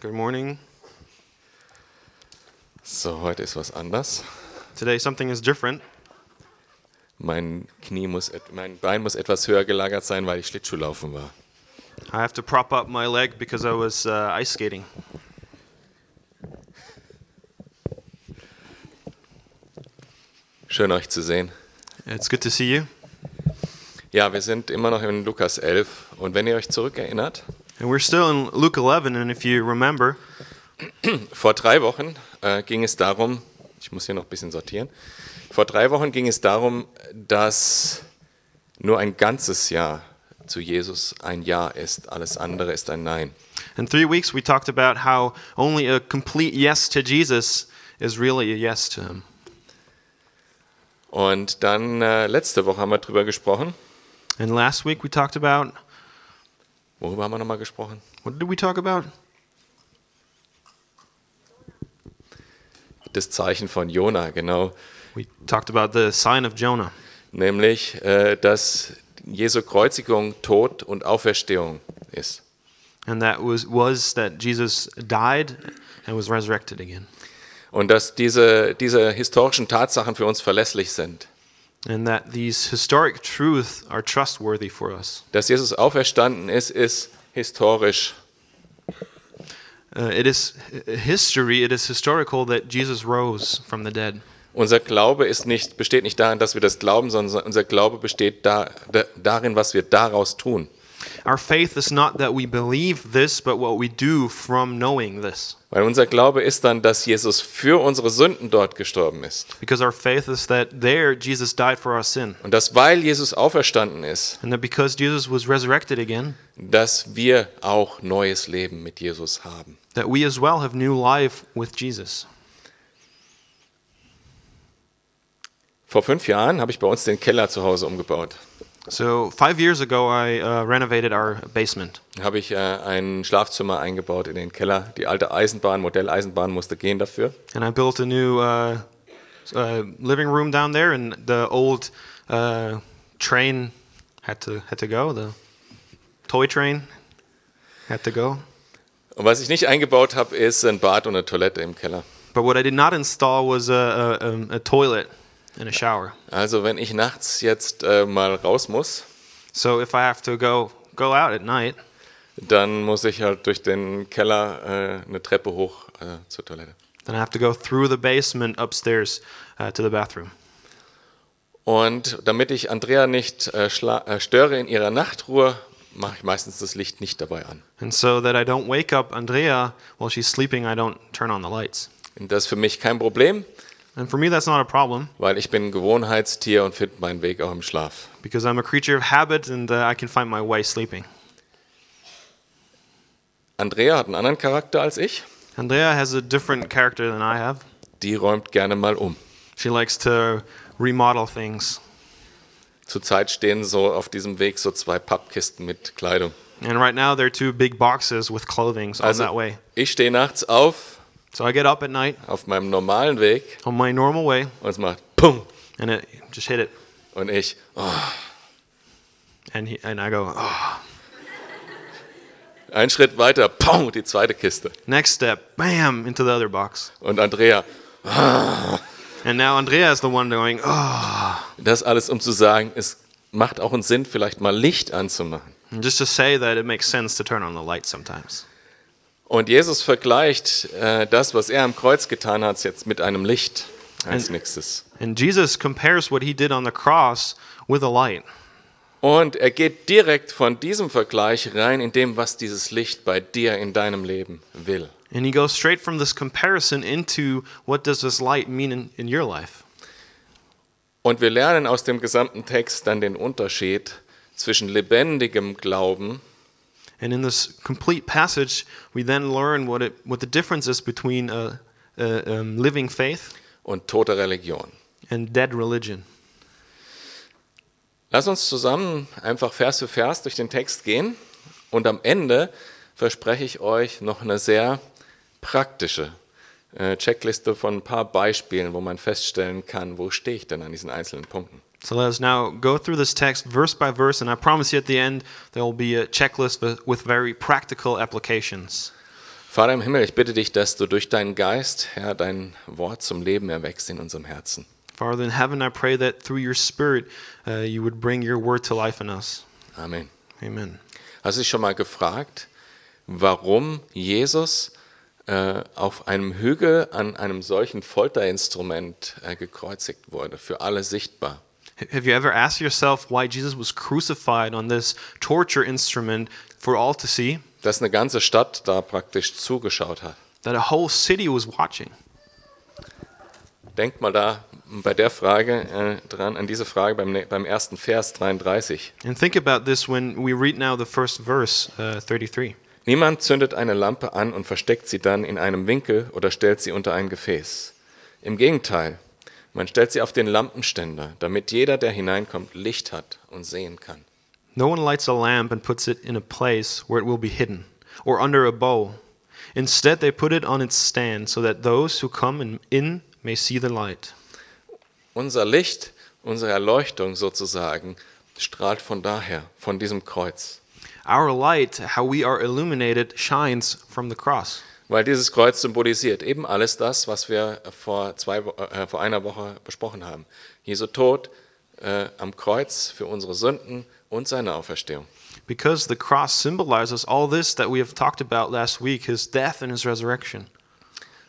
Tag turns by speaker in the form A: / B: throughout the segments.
A: Good morning.
B: So, heute ist was anders.
A: Today something is different.
B: Mein Knie muss, et- mein Bein muss etwas höher gelagert sein, weil ich Schlittschuhlaufen war.
A: I have to prop up my leg because I was uh, ice skating.
B: Schön euch zu sehen.
A: It's good to see you.
B: Ja, wir sind immer noch in Lukas 11 und wenn ihr euch zurückerinnert,
A: And we're still in Luke 11, and if you remember,
B: vor drei Wochen äh, ging es darum, ich muss hier noch ein bisschen sortieren, vor drei Wochen ging es darum, dass nur ein ganzes Ja zu Jesus ein Ja ist, alles andere ist ein Nein.
A: in three weeks, we talked about how only a complete yes to Jesus is really a yes to him.
B: Und dann äh, letzte Woche haben wir drüber gesprochen.
A: And last week, we talked about
B: Worüber haben wir nochmal gesprochen?
A: what did we talk about?
B: Das Zeichen von Jona, genau.
A: We talked about the sign of Jonah,
B: nämlich äh, dass Jesu Kreuzigung Tod und Auferstehung ist.
A: and that was, was that Jesus died and was resurrected again,
B: Und dass diese, diese historischen Tatsachen für uns verlässlich sind.
A: and that these historic truths are trustworthy for us.
B: Dass Jesus auferstanden ist, ist historisch.
A: Uh, it is uh, history, it is historical that Jesus rose from the dead.
B: Unser Glaube ist nicht, besteht nicht darin, dass wir das glauben, sondern unser Glaube besteht da, da, darin, was wir daraus tun.
A: Our faith is not that we believe this, but what we do from knowing this.
B: Weil unser Glaube ist dann, dass Jesus für unsere Sünden dort gestorben ist.
A: Because our faith is that there Jesus died for our sin,
B: Und dass, weil Jesus auferstanden ist,
A: and that because Jesus was resurrected again,
B: dass wir auch neues Leben mit Jesus haben.
A: that we as well have new life with Jesus.
B: Vor fünf Jahren habe ich bei uns den Keller zu Hause umgebaut.
A: So, five years ago, I uh, renovated our basement.
B: Da habe ich äh, ein Schlafzimmer eingebaut in den Keller. Die alte Eisenbahn, Modelleisenbahn musste gehen dafür.
A: and I built a new uh, uh, living room down there, and the old uh, train had to had to go. The toy train had to go.
B: Und was ich nicht eingebaut habe, ist ein Bad und eine Toilette im Keller.
A: But what I did not install was a, a, um, a toilet and a shower.
B: Also wenn ich nachts jetzt äh, mal raus muss,
A: So if I have to go go out at night,
B: dann muss ich halt durch den Keller äh, eine Treppe hoch äh, zur Toilette.
A: then I have to go through the basement upstairs uh, to the bathroom.
B: Und damit ich Andrea nicht äh, schla- äh, störe in ihrer Nachtruhe, mache ich meistens das Licht nicht dabei an.
A: And so that I don't wake up Andrea while she's sleeping, I don't turn on the lights.
B: Und das ist für mich kein Problem,
A: And for me, that's not a problem.
B: weil ich bin ein Gewohnheitstier und finde meinen Weg auch im Schlaf.
A: because I'm a creature of habit and uh, I can find my way sleeping.
B: Andrea hat einen anderen Charakter als ich.
A: Andrea has a different character than I have.
B: Die räumt gerne mal um.
A: She likes to remodel things.
B: Zurzeit stehen so auf diesem Weg so zwei Pappkisten mit Kleidung. Also
A: And right now, there are two big boxes with clothing on that way.
B: ich stehe nachts auf,
A: So I get up at night
B: auf meinem normalen Weg
A: on my normal way
B: und es macht Pum.
A: and it just hit it.
B: Und ich, oh,
A: And, he, and I go, "Oh."
B: ein Schritt weiter, Pum, die zweite Kiste.
A: next step, bam, into the other box.
B: Und Andrea,
A: And now Andrea is the one going, oh.
B: das alles um zu sagen, es macht auch einen Sinn, vielleicht mal Licht anzumachen.
A: And just to say that it makes sense to turn on the light sometimes.
B: Und Jesus vergleicht äh, das, was er am Kreuz getan hat, jetzt mit einem Licht als
A: Ein-
B: nächstes.
A: And Jesus compares what he did on the cross with a light.
B: Und er geht direkt von diesem Vergleich rein in dem, was dieses Licht bei dir in deinem Leben will.
A: And he goes straight from this comparison into what does this light mean in, in your life?
B: Und wir lernen aus dem gesamten Text dann den Unterschied zwischen lebendigem Glauben
A: And in this complete passage, we then learn what, it, what the difference is between uh, uh, um, living faith
B: und toter Religion.
A: and dead religion.
B: Lass uns zusammen einfach Vers für Vers durch den Text gehen und am Ende verspreche ich euch noch eine sehr praktische äh, Checkliste von ein paar Beispielen, wo man feststellen kann, wo stehe ich denn an diesen einzelnen Punkten.
A: So let us now go through this text verse by verse, and I promise you at the end there will be a checklist with- with very practical applications.
B: Vater im Himmel, ich bitte dich, dass du durch deinen Geist, Herr, dein Wort zum Leben erwächst in unserem Herzen.
A: Father in heaven, I pray that through your Spirit uh, you would bring your word to life in us.
B: Amen.
A: Amen.
B: Hast du dich schon mal gefragt, warum Jesus äh, auf einem Hügel an einem solchen Folterinstrument äh, gekreuzigt wurde, für alle sichtbar?
A: H- Have you ever asked yourself why Jesus was crucified on this torture instrument for all to see,
B: Dass eine ganze Stadt da praktisch zugeschaut hat.
A: that a whole city was watching?
B: Denkt mal da bei der Frage äh, dran, an diese Frage beim, ne- beim ersten Vers 33.
A: And think about this when we read now the first verse, uh, 33.
B: Niemand zündet eine Lampe an und versteckt sie dann in einem Winkel oder stellt sie unter ein Gefäß. Im Gegenteil, man stellt sie auf den Lampenständer, damit jeder, der hineinkommt, Licht hat und sehen kann.
A: No one lights a lamp and puts it in a place where it will be hidden, or under a bowl. Instead, they put it on its stand so that those who come in- in may see the light.
B: Unser Licht, unsere Erleuchtung sozusagen, strahlt von daher, von diesem Kreuz.
A: Our light, how we are illuminated, shines from the cross.
B: Weil dieses Kreuz symbolisiert eben alles das, was wir vor, zwei, Wo- äh, vor einer Woche besprochen haben. Jesu Tod äh, am Kreuz für unsere Sünden und seine Auferstehung.
A: Because the cross symbolizes all this that we have talked about last week his death and his resurrection.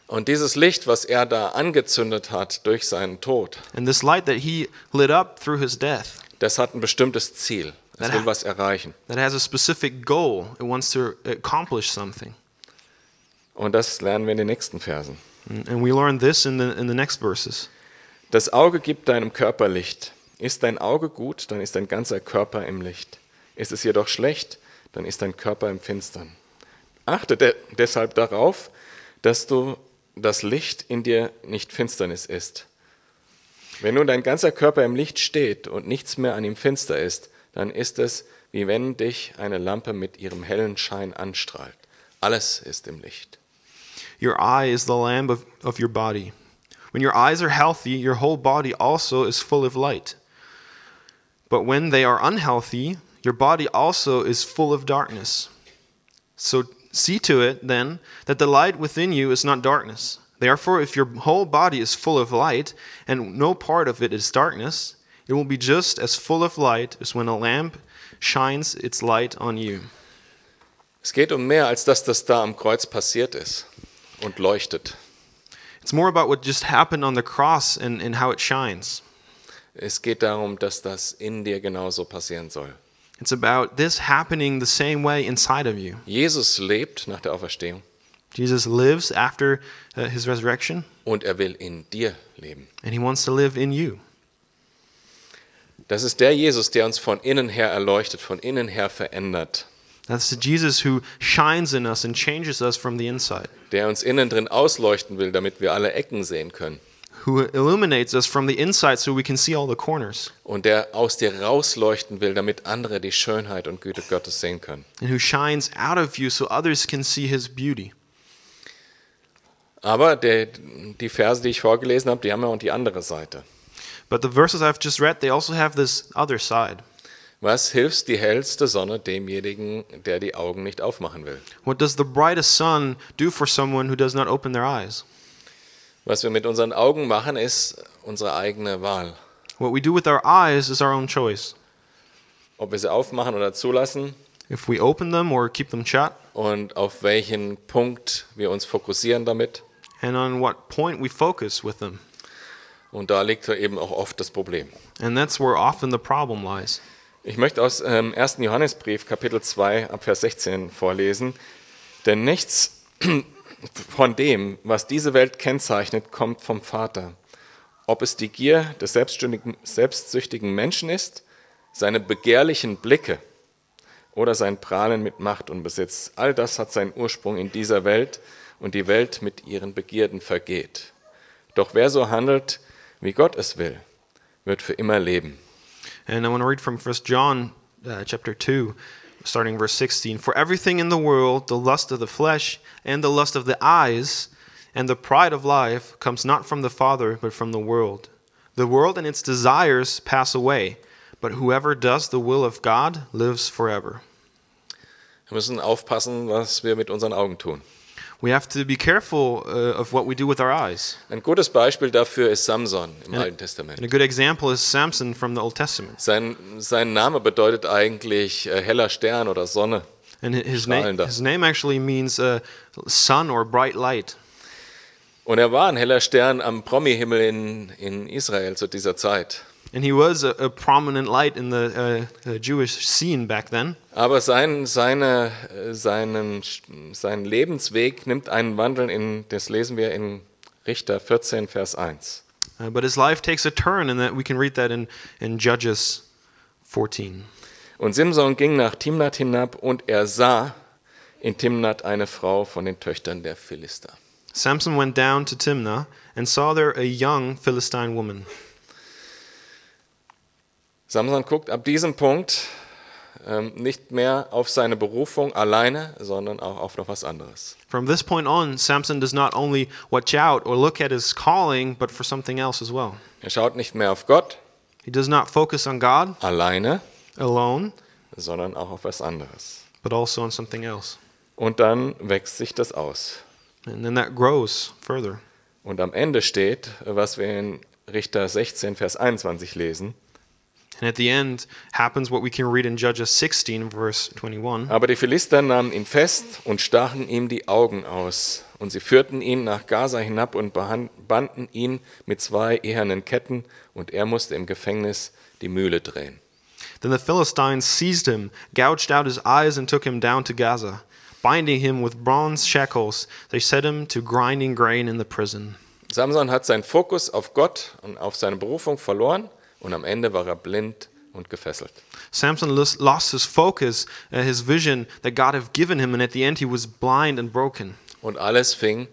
B: Und dieses Licht, was er da angezündet hat durch seinen Tod,
A: And this light that he lit up through his death,
B: das hat ein bestimmtes Ziel. Es
A: Dann
B: will
A: ha-
B: was erreichen.
A: that has a specific goal, it wants to accomplish something.
B: Und das lernen wir in den nächsten Versen.
A: And and we learn this in the, in the next verses.
B: Das Auge gibt deinem Körper Licht. Ist dein Auge gut, dann ist dein ganzer Körper im Licht. Ist es jedoch schlecht, dann ist dein Körper im Finstern. Achte de deshalb darauf, dass du das Licht in dir nicht Finsternis ist. Wenn nun dein ganzer Körper im Licht steht und nichts mehr an ihm finster ist, dann ist es, wie wenn dich eine Lampe mit ihrem hellen Schein anstrahlt. Alles ist im Licht.
A: Your eye is the lamp of, of your body. When your eyes are healthy, your whole body also is full of light. But when they are unhealthy, your body also is full of darkness. So see to it, then, that the light within you is not darkness. Therefore, if your whole body is full of light, and no part of it is darkness, it will be just as full of light as when a lamp shines its light on you.
B: Es geht um mehr, als dass das da am Kreuz passiert ist und leuchtet.
A: It's more about what just happened on the cross and, and how it shines.
B: Es geht darum, dass das in dir genauso passieren soll.
A: It's about this happening the same way inside of you.
B: Jesus lebt nach der Auferstehung
A: Jesus lives after uh, his resurrection,
B: und er will in dir leben.
A: and he wants to live in you.
B: Das ist der Jesus, der uns von innen her erleuchtet, von innen her verändert,
A: That's the Jesus who shines in us and changes us from the inside,
B: der uns innen drin ausleuchten will, damit wir alle Ecken sehen können
A: who illuminates us from the inside so we can see all the corners,
B: und der aus dir rausleuchten will, damit andere die Schönheit und Güte Gottes sehen können.
A: and who shines out of you so others can see his beauty.
B: Aber der, die Verse, die ich vorgelesen habe, die haben ja auch die andere Seite.
A: But the verses I've just read, they also have this other side.
B: Was hilft die hellste Sonne demjenigen, der die Augen nicht aufmachen will?
A: What does the brightest sun do for someone who does not open their eyes?
B: Was wir mit unseren Augen machen, ist unsere eigene Wahl.
A: What we do with our eyes is our own choice.
B: Ob wir sie aufmachen oder zulassen
A: If we open them or keep them shut,
B: und auf welchen Punkt wir uns fokussieren damit.
A: and on what point we focus with them.
B: Und da liegt eben auch oft das Problem.
A: And that's where often the problem lies.
B: Ich möchte aus ähm, 1. Johannesbrief, Kapitel 2, ab Vers 16 vorlesen. Denn nichts von dem, was diese Welt kennzeichnet, kommt vom Vater. Ob es die Gier des selbstsündigen- selbstsüchtigen Menschen ist, seine begehrlichen Blicke oder sein Prahlen mit Macht und Besitz, all das hat seinen Ursprung in dieser Welt und die Welt mit ihren Begierden vergeht. Doch wer so handelt, wie Gott es will, wird für immer leben.
A: And I want to read from 1 John uh, chapter 2, starting verse 16. For everything in the world, the lust of the flesh, and the lust of the eyes, and the pride of life comes not from the Father, but from the world. The world and its desires pass away, but whoever does the will of God lives forever.
B: Wir müssen aufpassen, was wir mit unseren Augen tun.
A: We have to be careful uh, of what we do with our eyes.
B: Ein gutes Beispiel dafür ist Samson im Alten
A: And
B: Testament.
A: a good example is Samson from the Old Testament.
B: Sein, sein Name bedeutet eigentlich äh, heller Stern oder Sonne.
A: And hi- his name,
B: Strahlender.
A: his name actually means uh, sun or bright light.
B: Und er war ein heller Stern am Promi-Himmel in, in Israel zu dieser Zeit.
A: And he was a, a prominent light in the uh, uh, Jewish scene back then.
B: Aber sein, seine, äh, seinen, sein Lebensweg nimmt einen Wandel in, das lesen wir in Richter 14, Vers 1.
A: Uh, but his life takes a turn, and that we can read that in, in Judges 14.
B: Und Simson ging nach Timnath hinab und er sah in Timnath eine Frau von den Töchtern der Philister.
A: Samson went down to Timnah and saw there a young Philistine woman.
B: Samson guckt ab diesem Punkt ähm, nicht mehr auf seine Berufung alleine, sondern auch auf noch was anderes.
A: From this point on, Samson does not only watch out or look at his calling, but for something else as well.
B: Er schaut nicht mehr auf Gott
A: He does not focus on God
B: alleine,
A: alone,
B: sondern auch auf was anderes.
A: but also on something else.
B: Und dann wächst sich das aus.
A: And then that grows further.
B: Und am Ende steht, was wir in Richter 16, Vers 21 lesen.
A: And at the end happens what we can read in Judges 16, verse 21.
B: Aber die Philister nahmen ihn fest und stachen ihm die Augen aus. Und sie führten ihn nach Gaza hinab und behan- banden ihn mit zwei ehernen Ketten. Und er musste im Gefängnis die Mühle drehen.
A: Then the Philistines seized him, gouged out his eyes, and took him down to Gaza. Binding him with bronze shackles, they set him to grinding grain in the prison.
B: Samson hat seinen Fokus auf Gott und auf seine Berufung verloren. Und am Ende war er blind und gefesselt.
A: Samson los- lost his focus, uh, his vision that God had given him, and at the end he was blind and broken.
B: Und alles fing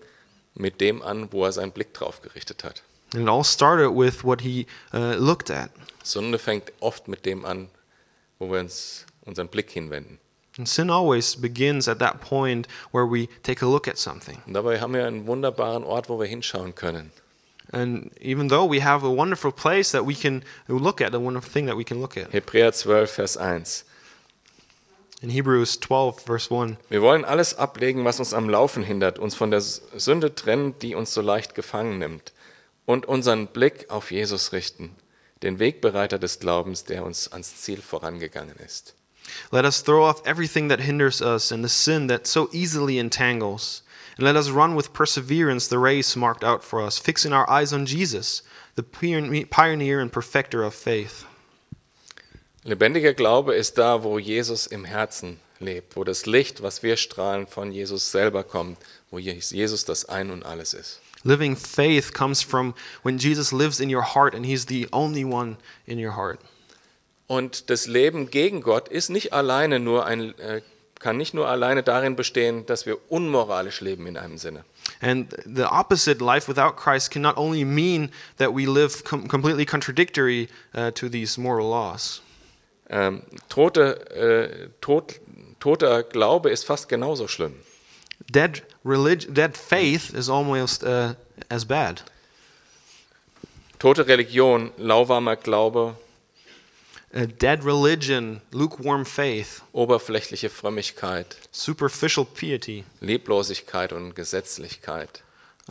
B: mit dem an, wo er seinen Blick drauf gerichtet hat.
A: And it all started with what he uh, looked at.
B: Sünde fängt oft mit dem an, wo wir uns unseren Blick hinwenden.
A: And sin always begins at that point where we take a look at something.
B: Und dabei haben wir einen wunderbaren Ort, wo wir hinschauen können.
A: And even though we have a wonderful place that we can look at, a wonderful thing that we can look at.
B: Hebräer 12, Vers 1.
A: In Hebrews 12, verse 1,
B: Wir wollen alles ablegen, was uns am Laufen hindert, uns von der S- Sünde trennen, die uns so leicht gefangen nimmt, und unseren Blick auf Jesus richten, den Wegbereiter des Glaubens, der uns ans Ziel vorangegangen ist.
A: let us throw off everything that hinders us and the sin that so easily entangles. And let us run with perseverance the race marked out for us, fixing our eyes on Jesus, the pione- pioneer and perfecter of faith.
B: Lebendiger Glaube ist da, wo Jesus im Herzen lebt, wo das Licht, was wir strahlen, von Jesus selber kommt, wo Jesus das Ein und Alles ist.
A: Living faith comes from when Jesus lives in your heart and he's the only one in your heart.
B: Und das Leben gegen Gott ist nicht alleine nur ein, äh, kann nicht nur alleine darin bestehen, dass wir unmoralisch leben in einem Sinne,
A: And the opposite life without Christ can not only mean that we live com- completely contradictory uh, to these moral laws.
B: Ähm, tote, äh, tot, toter Glaube ist fast genauso schlimm.
A: Dead relig- dead faith is almost uh, as bad.
B: Tote Religion, lauwarmer Glaube,
A: Uh, dead religion, lukewarm faith,
B: oberflächliche Frömmigkeit,
A: superficial piety,
B: Leblosigkeit und Gesetzlichkeit.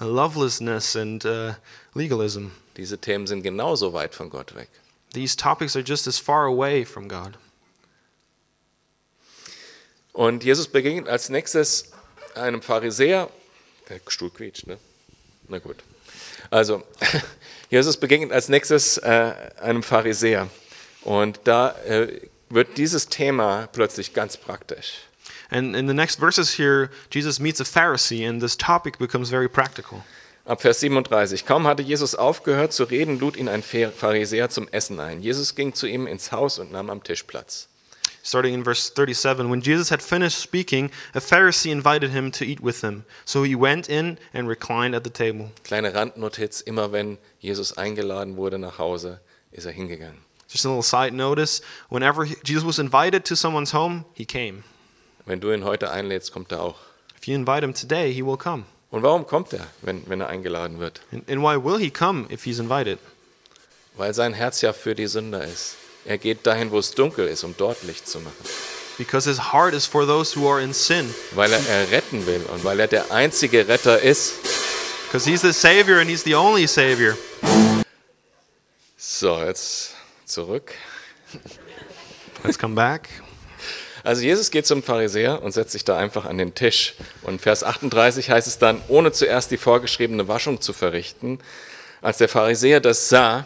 A: uh, lovelessness, and uh, legalism.
B: Diese Themen sind genauso weit von Gott weg.
A: These topics are just as far away from God.
B: Und Jesus begegnet als nächstes einem Pharisäer. Der Stuhl quietscht, ne? Na gut. Also, Jesus begegnet als nächstes äh, einem Pharisäer. Und da äh, wird dieses Thema plötzlich ganz praktisch.
A: And in the next verses here, Jesus meets a Pharisee, and this topic becomes very practical.
B: Ab Vers 37. Kaum hatte Jesus aufgehört zu reden, lud ihn ein Pharisäer zum Essen ein. Jesus ging zu ihm ins Haus und nahm am Tisch Platz.
A: Starting in verse 37, when Jesus had finished speaking, a Pharisee invited him to eat with him. So he went in and reclined at the table.
B: Kleine Randnotiz, immer wenn Jesus eingeladen wurde nach Hause, ist er hingegangen.
A: Just a little side notice whenever he- Jesus was invited to someone's home, he came.
B: Wenn du ihn heute einlädst, kommt er auch.
A: If you invite him today, he will come.
B: Und warum kommt er, wenn, wenn er eingeladen wird?
A: And, and why will he come if he's invited?
B: weil sein Herz ja für die Sünder ist. Er geht dahin, wo es dunkel ist, um dort Licht zu machen,
A: because his heart is for those who are in sin.
B: weil er erretten will und weil er der einzige Retter ist.
A: Because he's the Savior and he's the only Savior.
B: So, jetzt zurück.
A: Let's come back.
B: Also Jesus geht zum Pharisäer und setzt sich da einfach an den Tisch. Und in Vers 38 heißt es dann, ohne zuerst die vorgeschriebene Waschung zu verrichten. Als der Pharisäer das sah,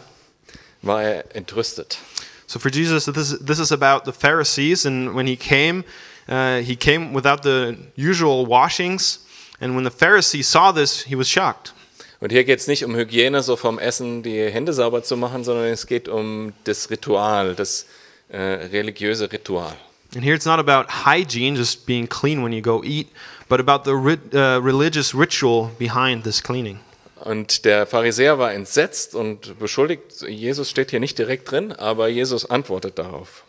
B: war er entrüstet.
A: So for Jesus, this this is about the Pharisees, and when he came, uh, he came without the usual washings. And when the Pharisee saw this, he was shocked.
B: Und hier geht es nicht um Hygiene, so vom Essen die Hände sauber zu machen, sondern es geht um das Ritual, das äh, religiöse Ritual.
A: And here it's not about hygiene, just being clean when you go eat, but about the rit- uh, religious ritual behind this cleaning.
B: Und der Pharisäer war entsetzt und beschuldigt. Jesus steht hier nicht direkt drin, aber Jesus antwortet darauf.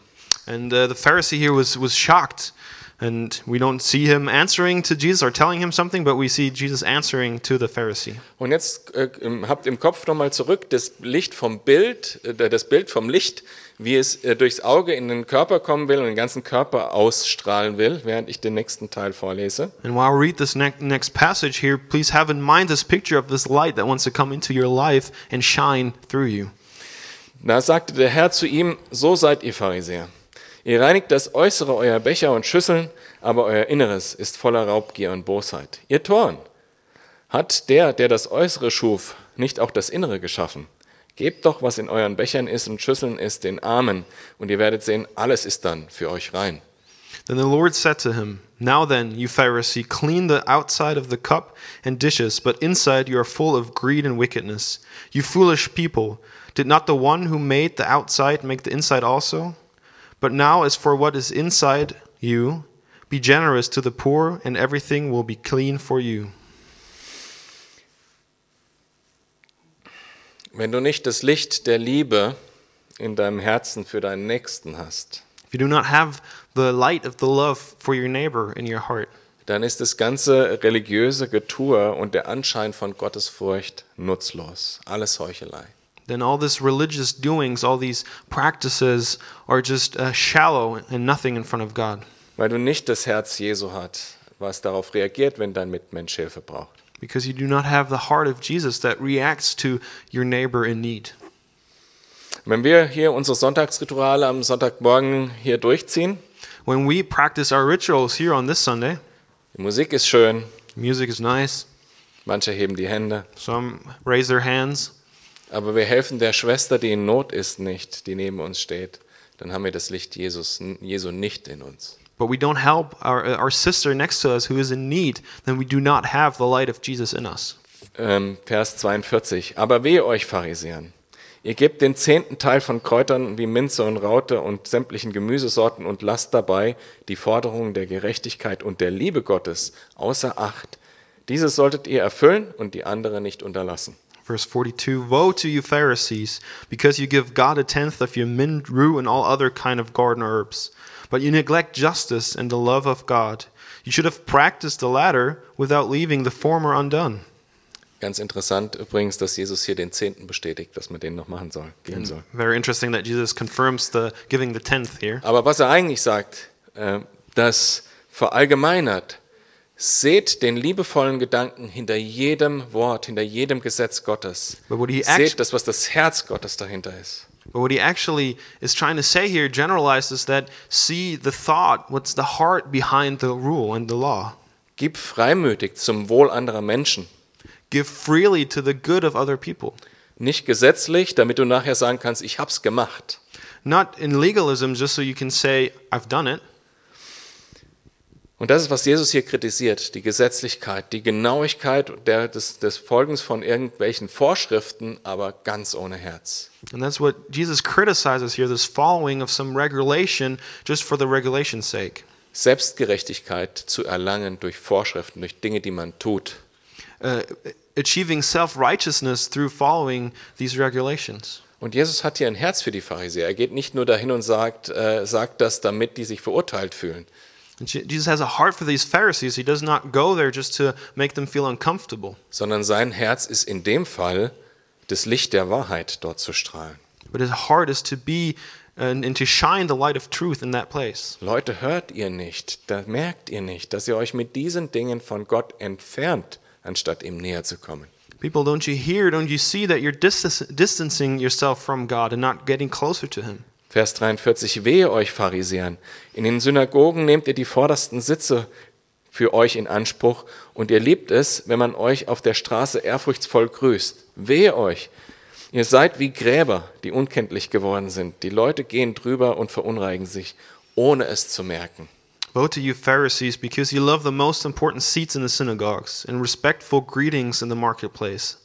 A: And uh, the Pharisee here was was shocked, and we don't see him answering to Jesus or telling him something, but we see Jesus answering to the Pharisee.
B: Und jetzt äh, im- habt im Kopf nochmal zurück das Licht vom Bild, äh, das Bild vom Licht, wie es äh, durchs Auge in den Körper kommen will und den ganzen Körper ausstrahlen will, während ich den nächsten Teil vorlese.
A: And while I read this ne- next passage here, please have in mind this picture of this light that wants to come into your life and shine through you.
B: Da sagte der Herr zu ihm, so seid ihr Pharisäer. Ihr reinigt das Äußere eurer Becher und Schüsseln, aber euer Inneres ist voller Raubgier und Bosheit. Ihr Toren hat der, der das Äußere schuf, nicht auch das Innere geschaffen. Gebt doch, was in euren Bechern ist und Schüsseln ist, den Armen, und ihr werdet sehen, alles ist dann für euch rein.
A: Then the Lord said to him, Now then, you Pharisee, clean the outside of the cup and dishes, but inside you are full of greed and wickedness. You foolish people, did not the one who made the outside make the inside also? But now, as for what is inside you, be generous to the poor, and everything will be clean for you.
B: Wenn du nicht das Licht der Liebe in deinem Herzen für deinen Nächsten hast,
A: If you do not have the light of the love for your neighbor in your heart,
B: dann ist das ganze religiöse Getue und der Anschein von Gottesfurcht nutzlos. Alles Heuchelei.
A: then all this religious doings, all these practices are just uh, shallow and nothing in front of God
B: Weil du nicht das Herz Jesu hat, was darauf reagiert, wenn dein Mitmensch Hilfe braucht.
A: because you do not have the heart of Jesus that reacts to your neighbor in need.
B: Wenn wir hier unsere Sonntagsrituale am Sonntagmorgen hier durchziehen,
A: When we practice our rituals here on this Sunday,
B: die Musik ist schön,
A: music is nice,
B: manche heben die Hände,
A: some raise their hands,
B: aber wir helfen der Schwester, die in Not ist, nicht, die neben uns steht, dann haben wir das Licht Jesus, Jesu nicht in uns.
A: but we don't help our, uh, our sister next to us who is in need, then we do not have the light of Jesus in us.
B: ähm, Vers 42. Aber wehe euch, Pharisäern. Ihr gebt den zehnten Teil von Kräutern wie Minze und Raute und sämtlichen Gemüsesorten und lasst dabei die Forderungen der Gerechtigkeit und der Liebe Gottes außer Acht. Dieses solltet ihr erfüllen und die andere nicht unterlassen.
A: Verse 42 Woe to you, Pharisees, because you give God a tenth of your mint, rue, and all other kind of garden herbs, but you neglect justice and the love of God. You should have practiced the latter without leaving the former undone.
B: Ganz interessant übrigens, dass Jesus hier den zehnten bestätigt, dass man den noch machen soll, geben soll.
A: Very interesting that Jesus confirms the giving the tenth here.
B: Aber was er eigentlich sagt, äh, das verallgemeinert, seht den liebevollen Gedanken hinter jedem Wort, hinter jedem Gesetz Gottes.
A: But what he
B: Seht
A: act-
B: das, was das Herz Gottes dahinter ist.
A: But what he actually is trying to say here, generalized, is that see the thought, what's the heart behind the rule and the law.
B: Gib freimütig zum Wohl anderer Menschen.
A: Give freely to the good of other people.
B: Nicht gesetzlich, damit du nachher sagen kannst, ich hab's gemacht.
A: Not in legalism, just so you can say, I've done it.
B: Und das ist, was Jesus hier kritisiert, die Gesetzlichkeit, die Genauigkeit der, des, des Folgens von irgendwelchen Vorschriften, aber ganz ohne Herz.
A: And that's what Jesus criticizes here this following of some regulation just for the regulation's sake.
B: Selbstgerechtigkeit zu erlangen durch Vorschriften, durch Dinge, die man tut.
A: Uh, achieving self righteousness through following these regulations.
B: Und Jesus hat hier ein Herz für die Pharisäer. Er geht nicht nur dahin und sagt, äh, sagt das, damit die sich verurteilt fühlen,
A: And Je- Jesus has a heart for these Pharisees. He does not go there just to make them feel uncomfortable,
B: sondern sein Herz ist in dem Fall, das Licht der Wahrheit dort zu strahlen.
A: but his heart is to be and, and to shine the light of truth in that place.
B: Leute, hört ihr nicht, da merkt ihr nicht, dass ihr euch mit diesen Dingen von Gott entfernt, anstatt ihm näher zu kommen.
A: People, don't you hear? Don't you see that you're distan- distancing yourself from God and not getting closer to Him?
B: Vers 43, wehe euch Pharisäern. In den Synagogen nehmt ihr die vordersten Sitze für euch in Anspruch und ihr liebt es, wenn man euch auf der Straße ehrfurchtsvoll grüßt. Wehe euch. Ihr seid wie Gräber, die unkenntlich geworden sind. Die Leute gehen drüber und verunreinigen sich, ohne es zu merken.
A: Woe to you, Pharisees, because you love the most important seats in the synagogues and respectful greetings in the marketplace.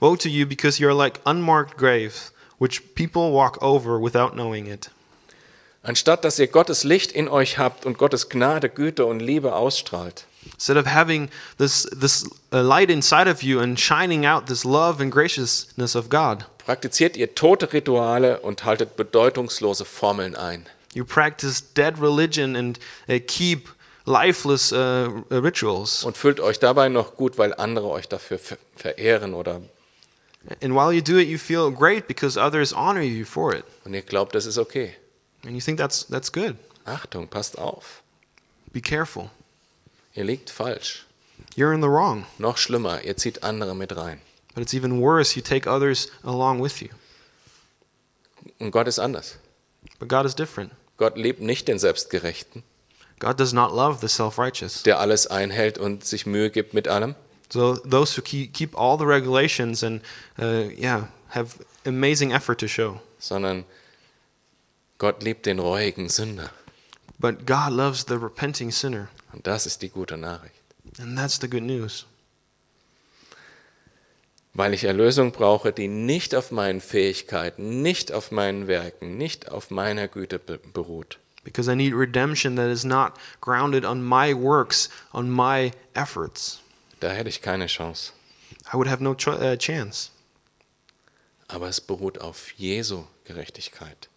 A: Woe to you, because you are like unmarked graves, which people walk over without knowing it.
B: Anstatt dass ihr Gottes Licht in euch habt und Gottes Gnade, Güte und Liebe ausstrahlt.
A: Instead of having this, this uh, light inside of you and shining out this love and graciousness of God,
B: Praktiziert ihr tote Rituale und haltet bedeutungslose Formeln ein.
A: you practice dead religion and uh, keep lifeless uh, r- rituals.
B: und fühlt euch dabei noch gut, weil andere euch dafür ver- verehren oder
A: And while you do it, you feel great because others honor you for it.
B: und ihr glaubt, das ist okay.
A: And you think that's, that's good.
B: Achtung, passt auf.
A: Be careful.
B: Ihr liegt falsch.
A: You're in the wrong.
B: Noch schlimmer, ihr zieht andere mit rein.
A: But it's even worse, you take others along with you.
B: Und Gott ist anders.
A: But God is different.
B: Gott liebt nicht den Selbstgerechten,
A: God does not love the self righteous.
B: der alles einhält und sich Mühe gibt mit allem,
A: So those who keep, keep all the regulations and, uh, yeah, have amazing effort to show.
B: sondern Gott liebt den reuigen Sünder.
A: But God loves the repenting sinner.
B: Und das ist die gute Nachricht.
A: And that's the good news.
B: Weil ich Erlösung brauche, die nicht auf meinen Fähigkeiten, nicht auf meinen Werken, nicht auf meiner Güte be- beruht.
A: Because I need redemption that is not grounded on my works, on my efforts.
B: Da hätte ich keine Chance.
A: I would have no cho- uh, chance.
B: aber es beruht auf Jesu Gerechtigkeit.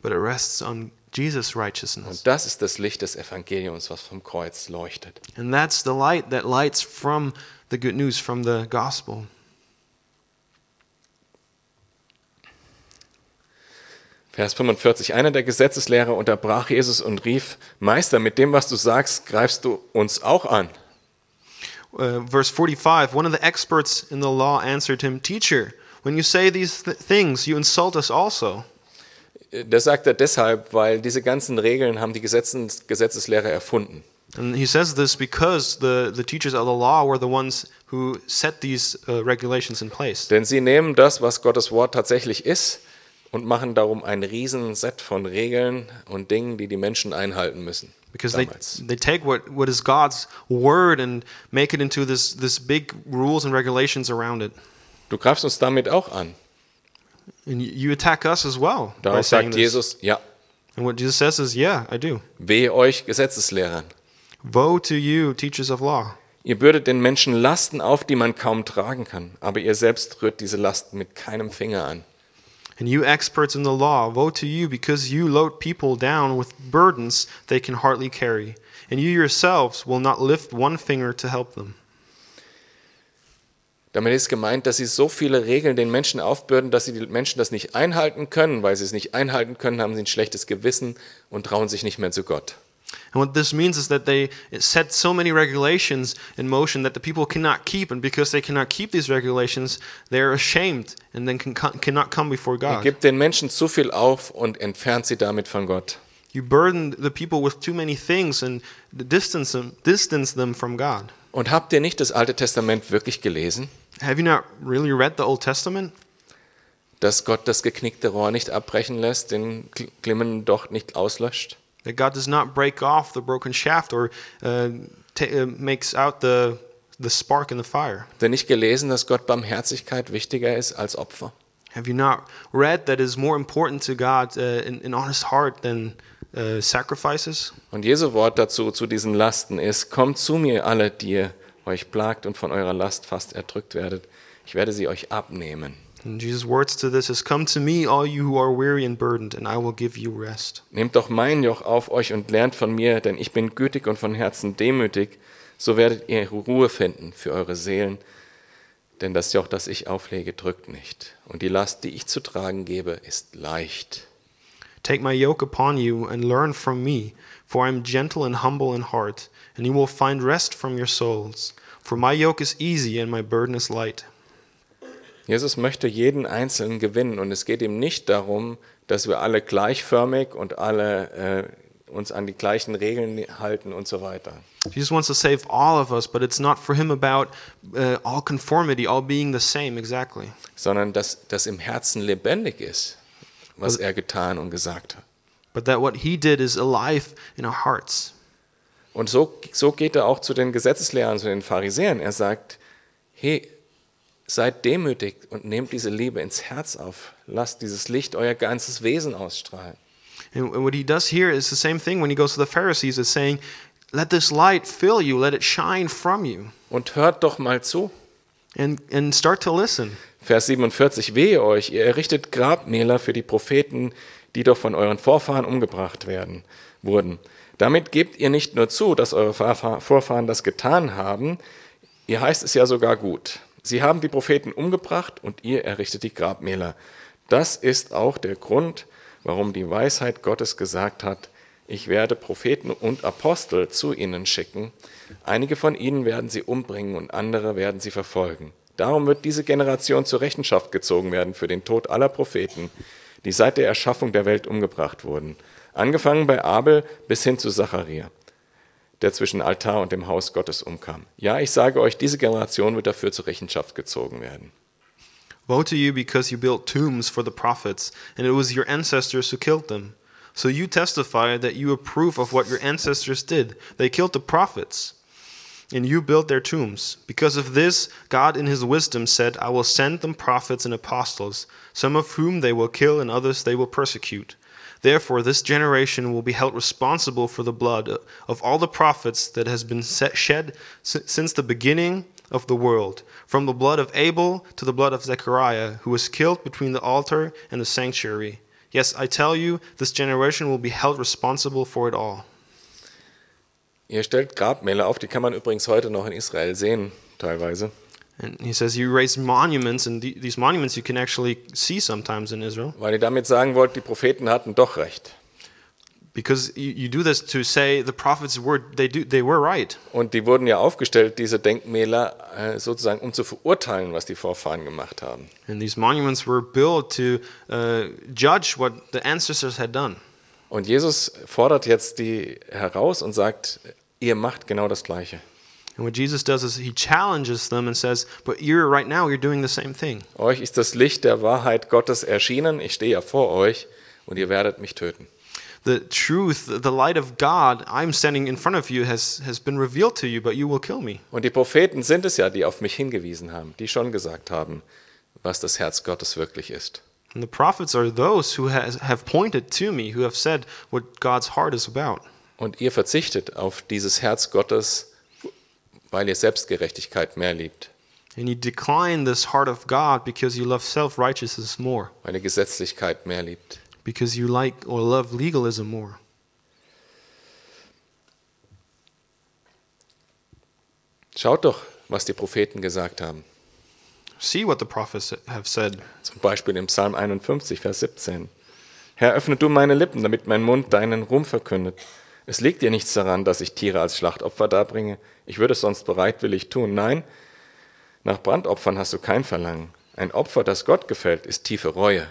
A: But it rests on Jesus' righteousness.
B: Und das ist das Licht des Evangeliums, was vom Kreuz leuchtet.
A: And that's the light that lights from the good news, from the gospel.
B: Vers 45. Einer der Gesetzeslehrer unterbrach Jesus und rief, Meister, mit dem, was du sagst, greifst du uns auch an.
A: Uh, verse 45 One of the experts in the law answered him, Teacher, when you say these th- things, you insult us also.
B: Das sagt er deshalb, weil diese ganzen Regeln haben die Gesetzes Gesetzeslehrer erfunden.
A: And he says this because the, the teachers of the law were the ones who set these uh, regulations in place.
B: Denn sie nehmen das, was Gottes Wort tatsächlich ist, und machen darum ein Riesenset von Regeln und Dingen, die die Menschen einhalten müssen.
A: Because they,
B: damals.
A: they take what, what is God's word and make it into this, this big rules and regulations around it.
B: Du greifst uns damit auch an.
A: And you, you attack us as well by
B: Darauf
A: saying
B: sagt
A: this.
B: Jesus, ja,
A: And what Jesus says is, Yeah, I do.
B: wehe euch Gesetzeslehrern.
A: Woe to you, teachers of law.
B: Ihr bürdet den Menschen Lasten auf, die man kaum tragen kann, aber ihr selbst rührt diese Lasten mit keinem Finger an.
A: And you experts in the law, woe to you because you load people down with burdens they can hardly carry, and you yourselves will not lift one finger to help them.
B: Damit ist gemeint, dass sie so viele Regeln den Menschen aufbürden, dass sie die Menschen das nicht einhalten können. Weil sie es nicht einhalten können, haben sie ein schlechtes Gewissen und trauen sich nicht mehr zu Gott.
A: And what this means is that they set so many regulations in motion that the people cannot keep, and because they cannot keep these regulations, they are ashamed and then can, cannot come before
B: Ihr
A: God.
B: gebt den Menschen zu viel auf und entfernt sie damit von Gott.
A: You burden the people with too many things and distance them, distance them from God.
B: Und habt ihr nicht das Alte Testament wirklich gelesen?
A: Have you not really read the Old Testament?
B: Dass Gott das geknickte Rohr nicht abbrechen lässt, den Gl- glimmenden Docht nicht auslöscht?
A: That God does not break off the broken shaft or uh, ta uh, makes out the, the spark in the fire.
B: Habt ihr nicht gelesen, dass Gott Barmherzigkeit wichtiger ist als Opfer?
A: Have you not read that is more important to God, uh, an, an honest heart, than uh, sacrifices?
B: Und Jesu Wort dazu, zu diesen Lasten ist, kommt zu mir alle, die ihr euch plagt und von eurer Last fast erdrückt werdet. Ich werde sie euch abnehmen.
A: And Jesus' words to this is Come to me, all you who are weary and burdened, and I will give you rest.
B: Nehmt doch mein Joch auf euch und lernt von mir, denn ich bin gütig und von Herzen demütig. So werdet ihr Ruhe finden für eure Seelen, Denn das Joch, das ich auflege, drückt nicht. Und die Last, die ich zu tragen gebe, ist leicht.
A: Take my yoke upon you and learn from me, for I am gentle and humble in heart, and you will find rest from your souls. For my yoke is easy and my burden is light.
B: Jesus möchte jeden Einzelnen gewinnen und es geht ihm nicht darum, dass wir alle gleichförmig und alle äh, uns an die gleichen Regeln halten und so weiter.
A: Jesus wants to save all of us, but it's not for him about uh, all conformity, all being the same exactly,
B: sondern dass das im Herzen lebendig ist, was er getan und gesagt hat.
A: but that what he did is alive in our hearts.
B: Und so, so geht er auch zu den Gesetzeslehrern, zu den Pharisäern. Er sagt, hey, seid demütig und nehmt diese Liebe ins Herz auf. Lasst dieses Licht euer ganzes Wesen ausstrahlen.
A: And and what he does here is the same thing when he goes to the Pharisees, is saying, Let this light fill you, let it shine from you,
B: Und hört doch mal zu.
A: and, and start to listen.
B: Vers 47, wehe euch, ihr errichtet Grabmäler für die Propheten, die doch von euren Vorfahren umgebracht werden, wurden. Damit gebt ihr nicht nur zu, dass eure Vorfa- Vorfahren das getan haben, ihr heißt es ja sogar gut. Sie haben die Propheten umgebracht und ihr errichtet die Grabmäler. Das ist auch der Grund, warum die Weisheit Gottes gesagt hat, ich werde Propheten und Apostel zu ihnen schicken. Einige von ihnen werden sie umbringen und andere werden sie verfolgen. Darum wird diese Generation zur Rechenschaft gezogen werden für den Tod aller Propheten, die seit der Erschaffung der Welt umgebracht wurden. Angefangen bei Abel bis hin zu Zacharia der zwischen Altar und dem Haus Gottes umkam. Ja, ich sage euch, diese Generation wird dafür zur Rechenschaft gezogen werden.
A: Woe to you because you built tombs for the prophets, and it was your ancestors who killed them. So you testify that you approve of what your ancestors did. They killed the prophets, and you built their tombs. Because of this, God in his wisdom said, I will send them prophets and apostles, some of whom they will kill, and others they will persecute. Therefore, this generation will be held responsible for the blood of all the prophets that has been set, shed si- since the beginning of the world, from the blood of Abel to the blood of Zechariah, who was killed between the altar and the sanctuary. Yes, I tell you, this generation will be held responsible for it all.
B: Ihr stellt Grabmäler auf, die kann man übrigens heute noch in Israel sehen, teilweise.
A: And he says, You raise monuments, and the- these monuments you can actually see sometimes in Israel.
B: Weil ihr damit sagen wollt, die Propheten hatten doch recht.
A: Because you, you do this to say the prophets were, they, do, they were right.
B: Und die wurden ja aufgestellt, diese Denkmäler, äh, sozusagen, um zu verurteilen, was die Vorfahren gemacht haben.
A: And these monuments were built to uh, judge what the ancestors had done.
B: Und Jesus fordert jetzt die heraus und sagt, ihr macht genau das Gleiche.
A: And what Jesus does is he challenges them and says, But you're right now, you're doing the same thing.
B: Euch ist das Licht der Wahrheit Gottes erschienen, ich stehe ja vor euch und ihr werdet mich töten.
A: The truth, the light of God, I'm standing in front of you, has, has been revealed to you, but you will kill me.
B: Und die Propheten sind es ja, die auf mich hingewiesen haben, die schon gesagt haben, was das Herz Gottes wirklich ist.
A: And the prophets are those who has, have pointed to me, who have said what God's heart is about.
B: Und ihr verzichtet auf dieses Herz Gottes, weil ihr Selbstgerechtigkeit mehr liebt,
A: And you decline this heart of God because you love self righteousness more,
B: weil ihr Gesetzlichkeit mehr liebt.
A: because you like or love legalism more.
B: Schaut doch, was die Propheten gesagt haben.
A: See what the prophets have said.
B: Zum Beispiel im Psalm 51, Vers 17. Herr, öffne du meine Lippen, damit mein Mund deinen Ruhm verkündet. Es liegt dir nichts daran, dass ich Tiere als Schlachtopfer darbringe. Ich würde es sonst bereitwillig tun. Nein, nach Brandopfern hast du kein Verlangen. Ein Opfer, das Gott gefällt, ist tiefe Reue.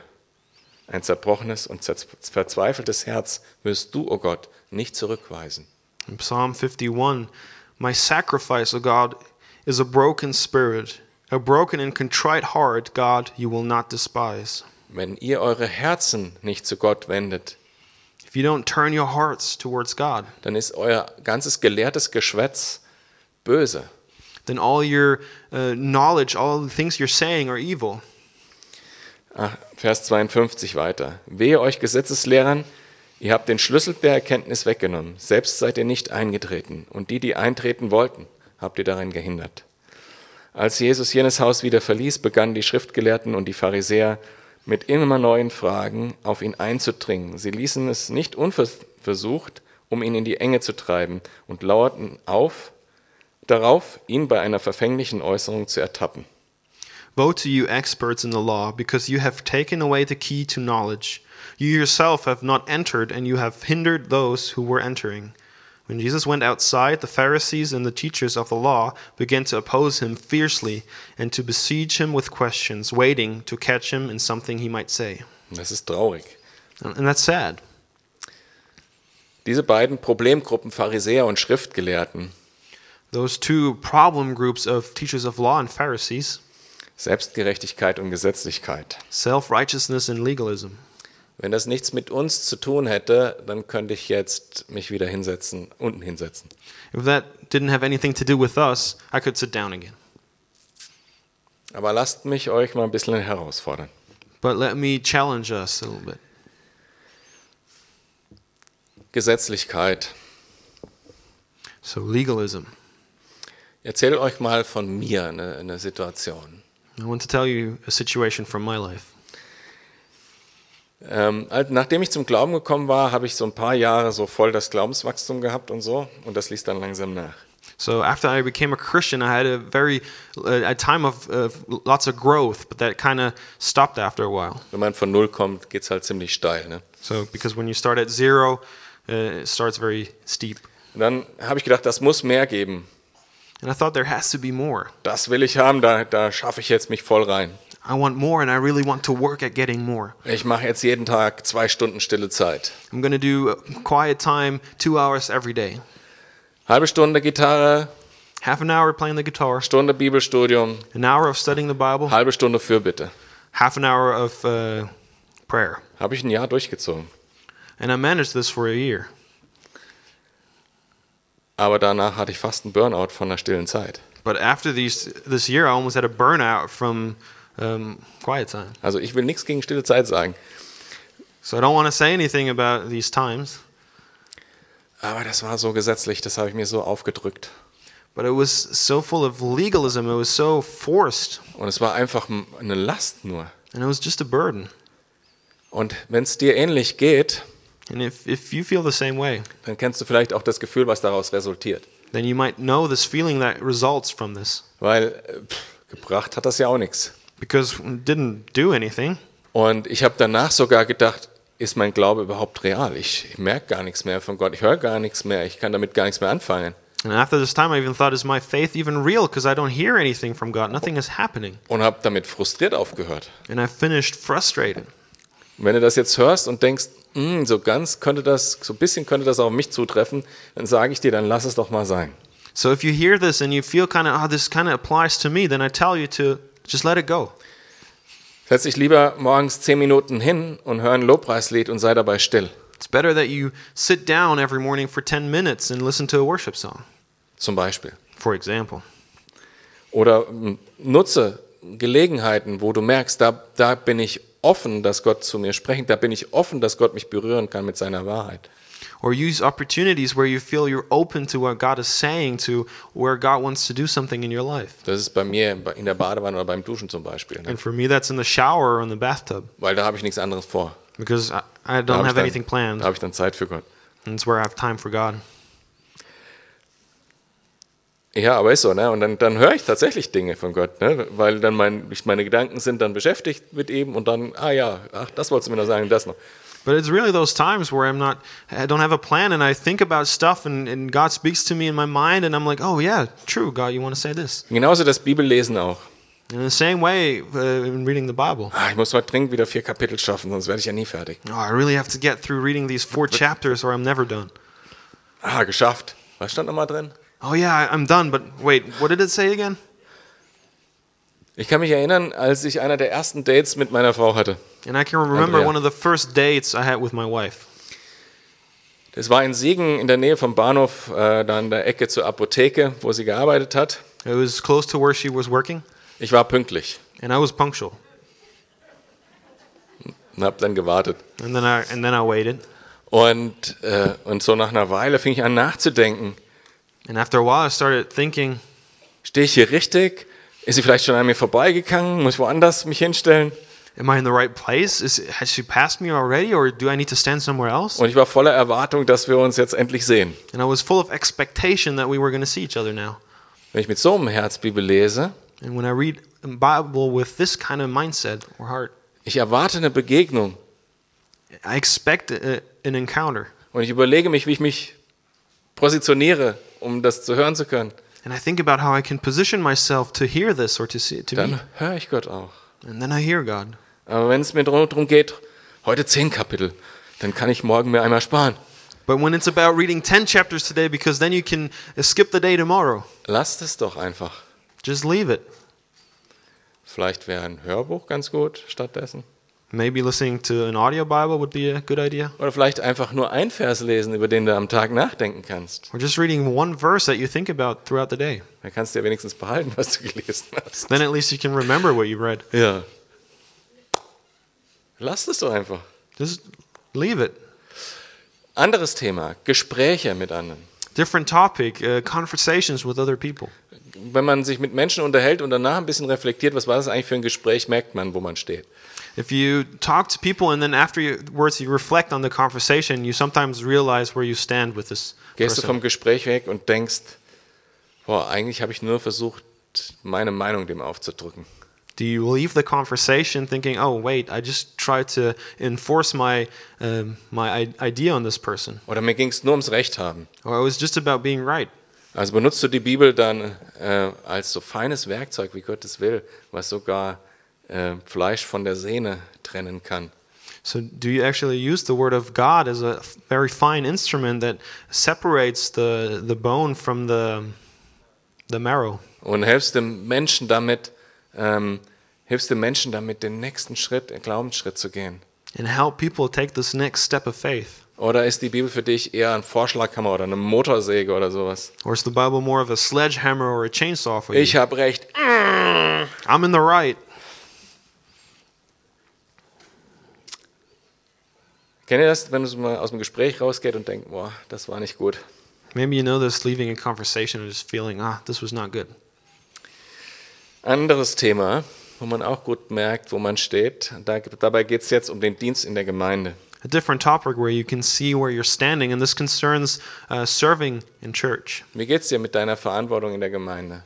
B: Ein zerbrochenes und zerz- verzweifeltes Herz wirst du, o Gott, nicht zurückweisen.
A: In Psalm 51, my sacrifice, O God, is a broken spirit, a broken and contrite heart, God, you will not despise.
B: Wenn ihr eure Herzen nicht zu Gott wendet,
A: If you don't turn your hearts towards God,
B: dann ist euer ganzes gelehrtes Geschwätz böse.
A: then all your uh, knowledge, all the things you're saying are evil.
B: Ach, Vers 52 weiter. Wehe euch Gesetzeslehrern, ihr habt den Schlüssel der Erkenntnis weggenommen. Selbst seid ihr nicht eingetreten. Und die, die eintreten wollten, habt ihr darin gehindert. Als Jesus jenes Haus wieder verließ, begannen die Schriftgelehrten und die Pharisäer mit immer neuen Fragen auf ihn einzudringen. Sie ließen es nicht unversucht, um ihn in die Enge zu treiben und lauerten auf, darauf, ihn bei einer verfänglichen Äußerung zu ertappen.
A: Woe to you, experts in the law, because you have taken away the key to knowledge. You yourself have not entered, and you have hindered those who were entering. When Jesus went outside, the Pharisees and the teachers of the law began to oppose him fiercely and to besiege him with questions, waiting to catch him in something he might say.
B: Das ist traurig.
A: And and that's sad.
B: Diese beiden Problemgruppen, Pharisäer und Schriftgelehrten,
A: Those two problem groups of teachers of law and Pharisees
B: Selbstgerechtigkeit und Gesetzlichkeit.
A: self righteousness and legalism.
B: Wenn das nichts mit uns zu tun hätte, dann könnte ich jetzt mich wieder hinsetzen, unten hinsetzen.
A: If that didn't have anything to do with us, I could sit down again.
B: Aber lasst mich euch mal ein bisschen herausfordern.
A: But let me challenge us a little bit.
B: Gesetzlichkeit.
A: So, legalism.
B: Erzähl euch mal von mir eine, eine Situation.
A: I want to tell you a situation from my life.
B: Ähm, als- nachdem ich zum Glauben gekommen war, habe ich so ein paar Jahre so voll das Glaubenswachstum gehabt und so. Und das ließ dann langsam nach.
A: So, after I became a Christian, I had a very uh, a time of uh, lots of growth, but that kind of stopped after a while.
B: Wenn man von Null kommt, geht es halt ziemlich steil. Ne?
A: So, because when you start at zero, uh, it starts very steep.
B: Und dann habe ich gedacht, das muss mehr geben.
A: And I thought there has to be more.
B: Das will ich haben, da, da schaffe ich jetzt mich voll rein.
A: I want more, and I really want to work at getting more.
B: Ich mache jetzt jeden Tag zwei Stunden stille Zeit.
A: I'm going to do uh, quiet time, two hours every day.
B: Halbe Stunde Gitarre,
A: Half an hour playing the guitar,
B: Stunde Bibelstudium,
A: an hour of studying the Bible,
B: halbe Stunde Fürbitte.
A: half an hour of uh, prayer.
B: Habe ich ein Jahr durchgezogen.
A: And I managed this for a year.
B: Aber danach hatte ich fast einen Burnout von der stillen Zeit.
A: But after these this year, I almost had a burnout from um, quiet time.
B: Also ich will nichts gegen stille Zeit sagen.
A: So I don't want to say anything about these times,
B: Aber das war so gesetzlich, das habe ich mir so aufgedrückt.
A: but it was so full of legalism. It was so forced,
B: Und es war einfach m- eine Last nur.
A: and it was just a burden.
B: Und wenn es dir ähnlich geht,
A: And if, if you feel the same way,
B: dann kennst du vielleicht auch das Gefühl, was daraus resultiert.
A: then you might know this feeling that results from this
B: Weil äh, pff, gebracht hat das ja auch nichts.
A: because it didn't do anything.
B: Und ich habe danach sogar gedacht, ist mein Glaube überhaupt real? Ich, ich merke gar nichts mehr von Gott, ich höre gar nichts mehr, ich kann damit gar nichts mehr anfangen.
A: And after this time, I even thought, is my faith even real? Because I don't hear anything from God. Nothing is happening.
B: Und habe damit frustriert aufgehört.
A: And I finished frustrated.
B: Und wenn du das jetzt hörst und denkst, "Hm, so ganz könnte das, so ein bisschen könnte das auf mich zutreffen, dann sage ich dir, dann lass es doch mal sein.
A: So if you hear this and you feel kind of, oh, this kind of applies to me, then I tell you to just let it go.
B: Setz dich lieber morgens zehn Minuten hin und hör ein Lobpreislied und sei dabei still.
A: It's better that you sit down every morning for 10 minutes and listen to a worship song,
B: Zum Beispiel.
A: for example.
B: Oder hm, nutze Gelegenheiten, wo du merkst, da, da bin ich offen, dass Gott zu mir sprechen, da bin ich offen, dass Gott mich berühren kann mit seiner Wahrheit.
A: Or use opportunities where you feel you're open to what God is saying, to where God wants to do something in your life.
B: Das ist bei mir in der Badewanne oder beim Duschen zum Beispiel. Ne?
A: And for me, that's in the shower or in the bathtub
B: Weil da habe ich nichts anderes vor.
A: because I, I
B: Da
A: don't
B: habe ich
A: have
B: dann-
A: anything planned.
B: Da habe ich dann Zeit für Gott.
A: And it's where I have time for God.
B: Ja, aber ist so, ne? Und dann, dann höre ich tatsächlich Dinge von Gott, ne? Weil dann mein, ich, meine Gedanken sind dann beschäftigt mit ihm und dann, ah ja, ach, das wolltest du mir noch sagen, das noch.
A: But it's really those times where I'm not, I don't have a plan and I think about stuff and, and God speaks to me in my mind and I'm like, oh yeah, true, God, you want to say this.
B: Genauso das Bibellesen auch.
A: In the same way, uh, in reading the Bible,
B: Ah, ich muss heute dringend wieder vier Kapitel schaffen, sonst werde ich ja nie fertig.
A: oh, I really have to get through reading these four chapters or I'm never done.
B: Ah, geschafft. Was stand nochmal drin?
A: Oh yeah, I- I'm done. But wait, what did it say again?
B: Ich kann mich erinnern, als ich einer der ersten Dates mit meiner Frau hatte.
A: And I can remember
B: Andrea.
A: one of the first dates I had with my wife.
B: Das war in Siegen in der Nähe vom Bahnhof, äh, da an der Ecke zur Apotheke, wo sie gearbeitet hat.
A: It was close to where she was working,
B: Ich war pünktlich
A: and I was punctual.
B: und habe dann gewartet.
A: And then I and then I waited.
B: Und, äh, und so nach einer Weile fing ich an nachzudenken.
A: And after a while, I started thinking,
B: Stehe ich hier richtig? Ist sie vielleicht schon an mir vorbeigegangen? Muss ich woanders mich hinstellen?
A: Am I in the right place? Is has she passed me already, or do I need to stand somewhere else?
B: Und ich war voller Erwartung, dass wir uns jetzt endlich sehen.
A: And I was full of expectation that we were going to see each other now.
B: Wenn ich mit so einem Herz Bibel lese,
A: And when I read the Bible with this kind of mindset or heart,
B: Ich erwarte eine Begegnung
A: I expect a, an encounter.
B: und ich überlege mich, wie ich mich positioniere, um das zu hören zu können.
A: And I think about how I can position myself to hear this or to see it to
B: Dann
A: me.
B: höre ich Gott auch.
A: And then I hear God.
B: Aber wenn es mir darum geht, heute zehn Kapitel, dann kann ich morgen mir einmal sparen.
A: But when it's about reading 10 chapters today, because then you can skip the day tomorrow,
B: Lasst es doch einfach.
A: just leave it.
B: Vielleicht wäre ein Hörbuch ganz gut stattdessen.
A: Maybe listening to an audio Bible would be a good idea.
B: Oder vielleicht einfach nur ein Vers lesen, über den du am Tag nachdenken kannst.
A: Or just reading one verse that you think about throughout the day.
B: Dann kannst du ja wenigstens behalten, was du gelesen hast.
A: Then at least you can remember what you read.
B: Ja. Lasst es doch einfach.
A: Just leave it.
B: Anderes Thema, Gespräche mit anderen.
A: Different topic, uh, conversations with other people.
B: Wenn man sich mit Menschen unterhält und danach ein bisschen reflektiert, was war das eigentlich für ein Gespräch, merkt man, wo man steht.
A: If you talk to people and then afterwards you reflect on the conversation, you sometimes realize where you stand with this
B: Gehst du
A: person.
B: vom Gespräch weg und denkst, boah, eigentlich habe ich nur versucht, meine Meinung dem aufzudrücken.
A: Do you leave the conversation thinking, "Oh, wait, I just tried to enforce my um, my I- idea on this person,"
B: Oder mir ging es nur ums Recht haben.
A: or it was just about being right?
B: Also benutzt du die Bibel dann äh, als so feines Werkzeug, wie Gott es will, was sogar äh, Fleisch von der Sehne trennen kann.
A: So, do you actually use the Word of God as a f- very fine instrument that separates the the bone from the the marrow,
B: Und hilfst dem Menschen damit, ähm, hilfst dem Menschen damit, den nächsten Schritt, den Glaubensschritt zu gehen.
A: and help people take this next step of faith?
B: Oder ist die Bibel für dich eher ein Vorschlaghammer oder eine Motorsäge oder sowas?
A: Or is the Bible more of a sledgehammer or a chainsaw for you?
B: Ich habe recht.
A: I'm in the right.
B: Kennt ihr das, wenn es mal aus dem Gespräch rausgeht und denkt, boah, das war nicht gut?
A: Maybe you know this leaving a conversation and just feeling, ah, this was not good.
B: Anderes Thema, wo man auch gut merkt, wo man steht. Da, dabei geht es jetzt um den Dienst in der Gemeinde.
A: a different topic where you can see where you're standing, and this concerns uh, serving in church.
B: Wie geht's dir mit deiner Verantwortung in der Gemeinde?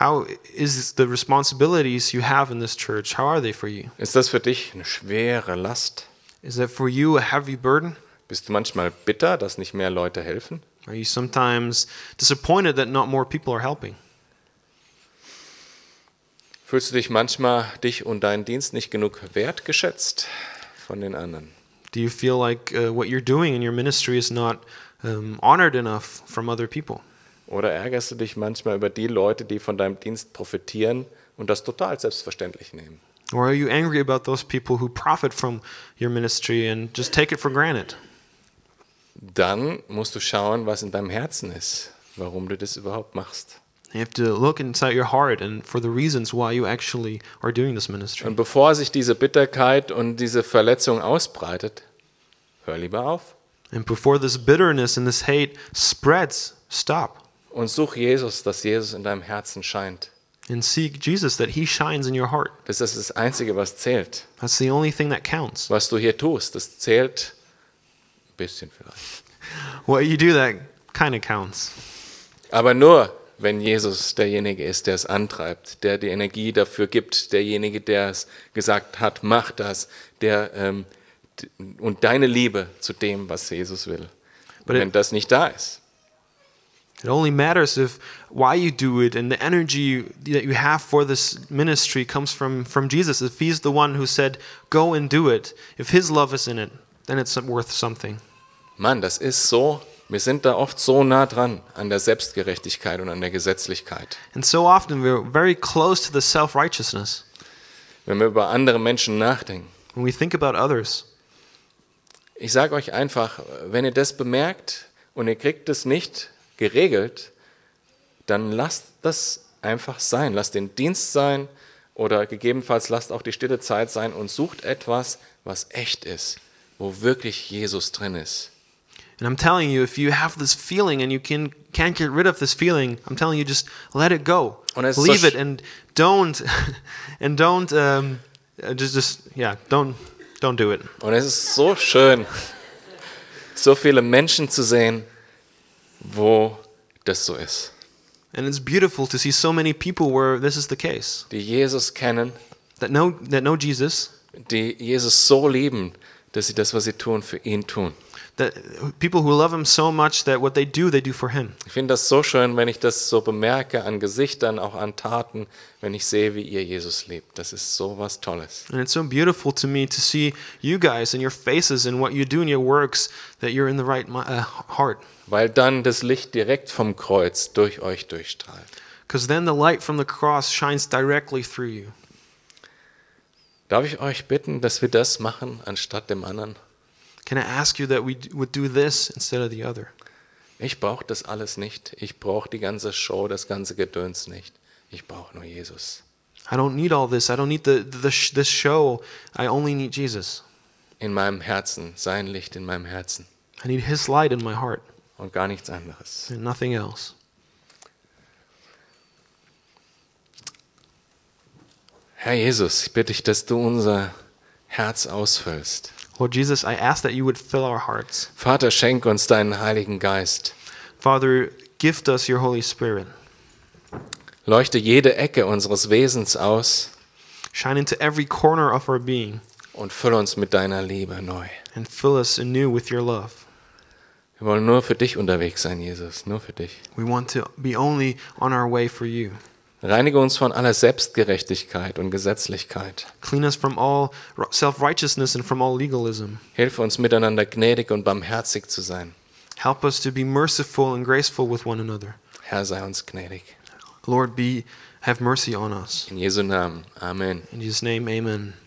A: How is the responsibilities you have in this church? How are they for you?
B: Ist das für dich eine schwere Last?
A: Is that for you a heavy burden?
B: Bist du manchmal bitter, dass nicht mehr Leute helfen?
A: Are you sometimes disappointed that not more people are helping?
B: Fühlst du dich manchmal dich und deinen Dienst nicht genug wertgeschätzt von den anderen?
A: Do you feel like uh, what you're doing in your ministry is not um, honored enough from other people?
B: Oder ärgerst du dich manchmal über die Leute, die von deinem Dienst profitieren und das total selbstverständlich nehmen?
A: Or are you angry about those people who profit from your ministry and just take it for granted?
B: Dann musst du schauen, was in deinem Herzen ist, warum du das überhaupt machst.
A: You have to look inside your heart and for the reasons why you actually are doing this ministry.
B: Und bevor sich diese Bitterkeit und diese Verletzung ausbreitet, hör lieber auf
A: And before this bitterness and this hate spreads, stop
B: und such Jesus, dass Jesus in deinem Herzen scheint.
A: and seek Jesus that he shines in your heart.
B: Das ist das Einzige, was zählt.
A: That's the only thing that counts.
B: Was du hier tust, das zählt ein bisschen vielleicht.
A: What you do that kind of counts.
B: Aber nur, wenn Jesus derjenige ist, der es antreibt, der die Energie dafür gibt, derjenige, der es gesagt hat, mach das, der ähm, d- und deine Liebe zu dem, was Jesus will. Und
A: But it-
B: wenn das nicht da ist,
A: It only matters if why you do it and the energy you, that you have for this ministry comes from from Jesus. If he's the one who said, "Go and do it," if his love is in it, then it's worth something.
B: Mann, das ist so, wir sind da oft so nah dran an der Selbstgerechtigkeit und an der Gesetzlichkeit.
A: And so often we're very close to the self-righteousness
B: Wenn wir über andere Menschen nachdenken.
A: when we think about others.
B: Ich sage euch einfach, wenn ihr das bemerkt und ihr kriegt es nicht geregelt, dann lasst das einfach sein. Lasst den Dienst sein oder gegebenenfalls lasst auch die stille Zeit sein und sucht etwas, was echt ist, wo wirklich Jesus drin ist.
A: And I'm telling you, if you have this feeling and you can can't get rid of this feeling, I'm telling you, just let it go,
B: Und es ist
A: leave
B: so
A: it,
B: sch-
A: and don't, and don't, um, uh, just, just, yeah, don't, don't do it.
B: Und es ist so schön, so viele Menschen zu sehen, wo das so ist.
A: And it's beautiful to see so many people where this is the case
B: die Jesus kennen,
A: that know that know Jesus,
B: die Jesus so lieben, dass sie das, was sie tun, für ihn tun.
A: that people who love him so much that what they do they do for him.
B: Ich finde das so schön, wenn ich das so bemerke an Gesichtern, auch an Taten, wenn ich sehe, wie ihr Jesus liebt. Das ist so was Tolles.
A: And it's so beautiful to me to see you guys and your faces and what you do in your works that you're in the right mi- uh, heart.
B: Weil dann das Licht direkt vom Kreuz durch euch durchstrahlt.
A: Because then the light from the cross shines directly through you.
B: Darf ich euch bitten, dass wir das machen anstatt dem anderen?
A: Can I ask you that we d- would do this instead of the other?
B: Ich brauche das alles nicht. Ich brauche die ganze Show, das ganze Gedöns nicht. Ich brauche nur Jesus.
A: I don't need all this. I don't need the, the sh- this show. I only need Jesus.
B: In meinem Herzen, sein Licht in meinem Herzen
A: I need His light in my heart
B: und gar nichts anderes.
A: and nothing else.
B: Herr Jesus, ich bitte dich, dass du unser Herz ausfüllst.
A: Lord Jesus, I ask that you would fill our hearts.
B: Vater, schenk uns deinen Heiligen Geist.
A: Father, gift us your Holy Spirit.
B: Leuchte jede Ecke unseres Wesens aus
A: Shine into every corner of our being
B: und fülle uns mit deiner Liebe neu.
A: and fill us anew with your love.
B: Wir wollen nur für dich unterwegs sein, Jesus, nur für dich.
A: We want to be only on our way for you.
B: Reinige uns von aller Selbstgerechtigkeit und Gesetzlichkeit.
A: Clean us from all self righteousness and from all legalism.
B: Hilf uns miteinander gnädig und barmherzig zu sein.
A: Help us to be merciful and graceful with one another.
B: Herr, sei uns gnädig.
A: Lord, be have mercy on us.
B: In Jesu Namen. Amen.
A: In Jesus' name, amen.